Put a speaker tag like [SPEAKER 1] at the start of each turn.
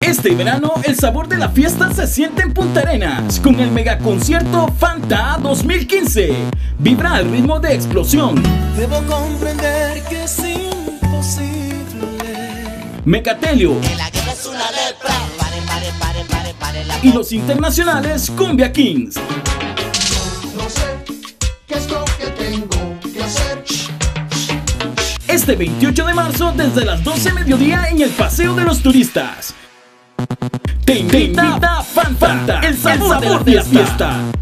[SPEAKER 1] Este verano el sabor de la fiesta se siente en Punta Arenas con el megaconcierto Fanta 2015. Vibra al ritmo de explosión.
[SPEAKER 2] Debo comprender que es imposible.
[SPEAKER 1] Megatelio
[SPEAKER 3] La guerra es una lepra. Pare, pare, pare, pare, pare la
[SPEAKER 1] y los internacionales Cumbia Kings.
[SPEAKER 4] No sé qué es lo que tengo que hacer.
[SPEAKER 1] Este 28 de marzo desde las 12 mediodía en el Paseo de los Turistas. Te invita, Fanta, el sabor, de la fiesta.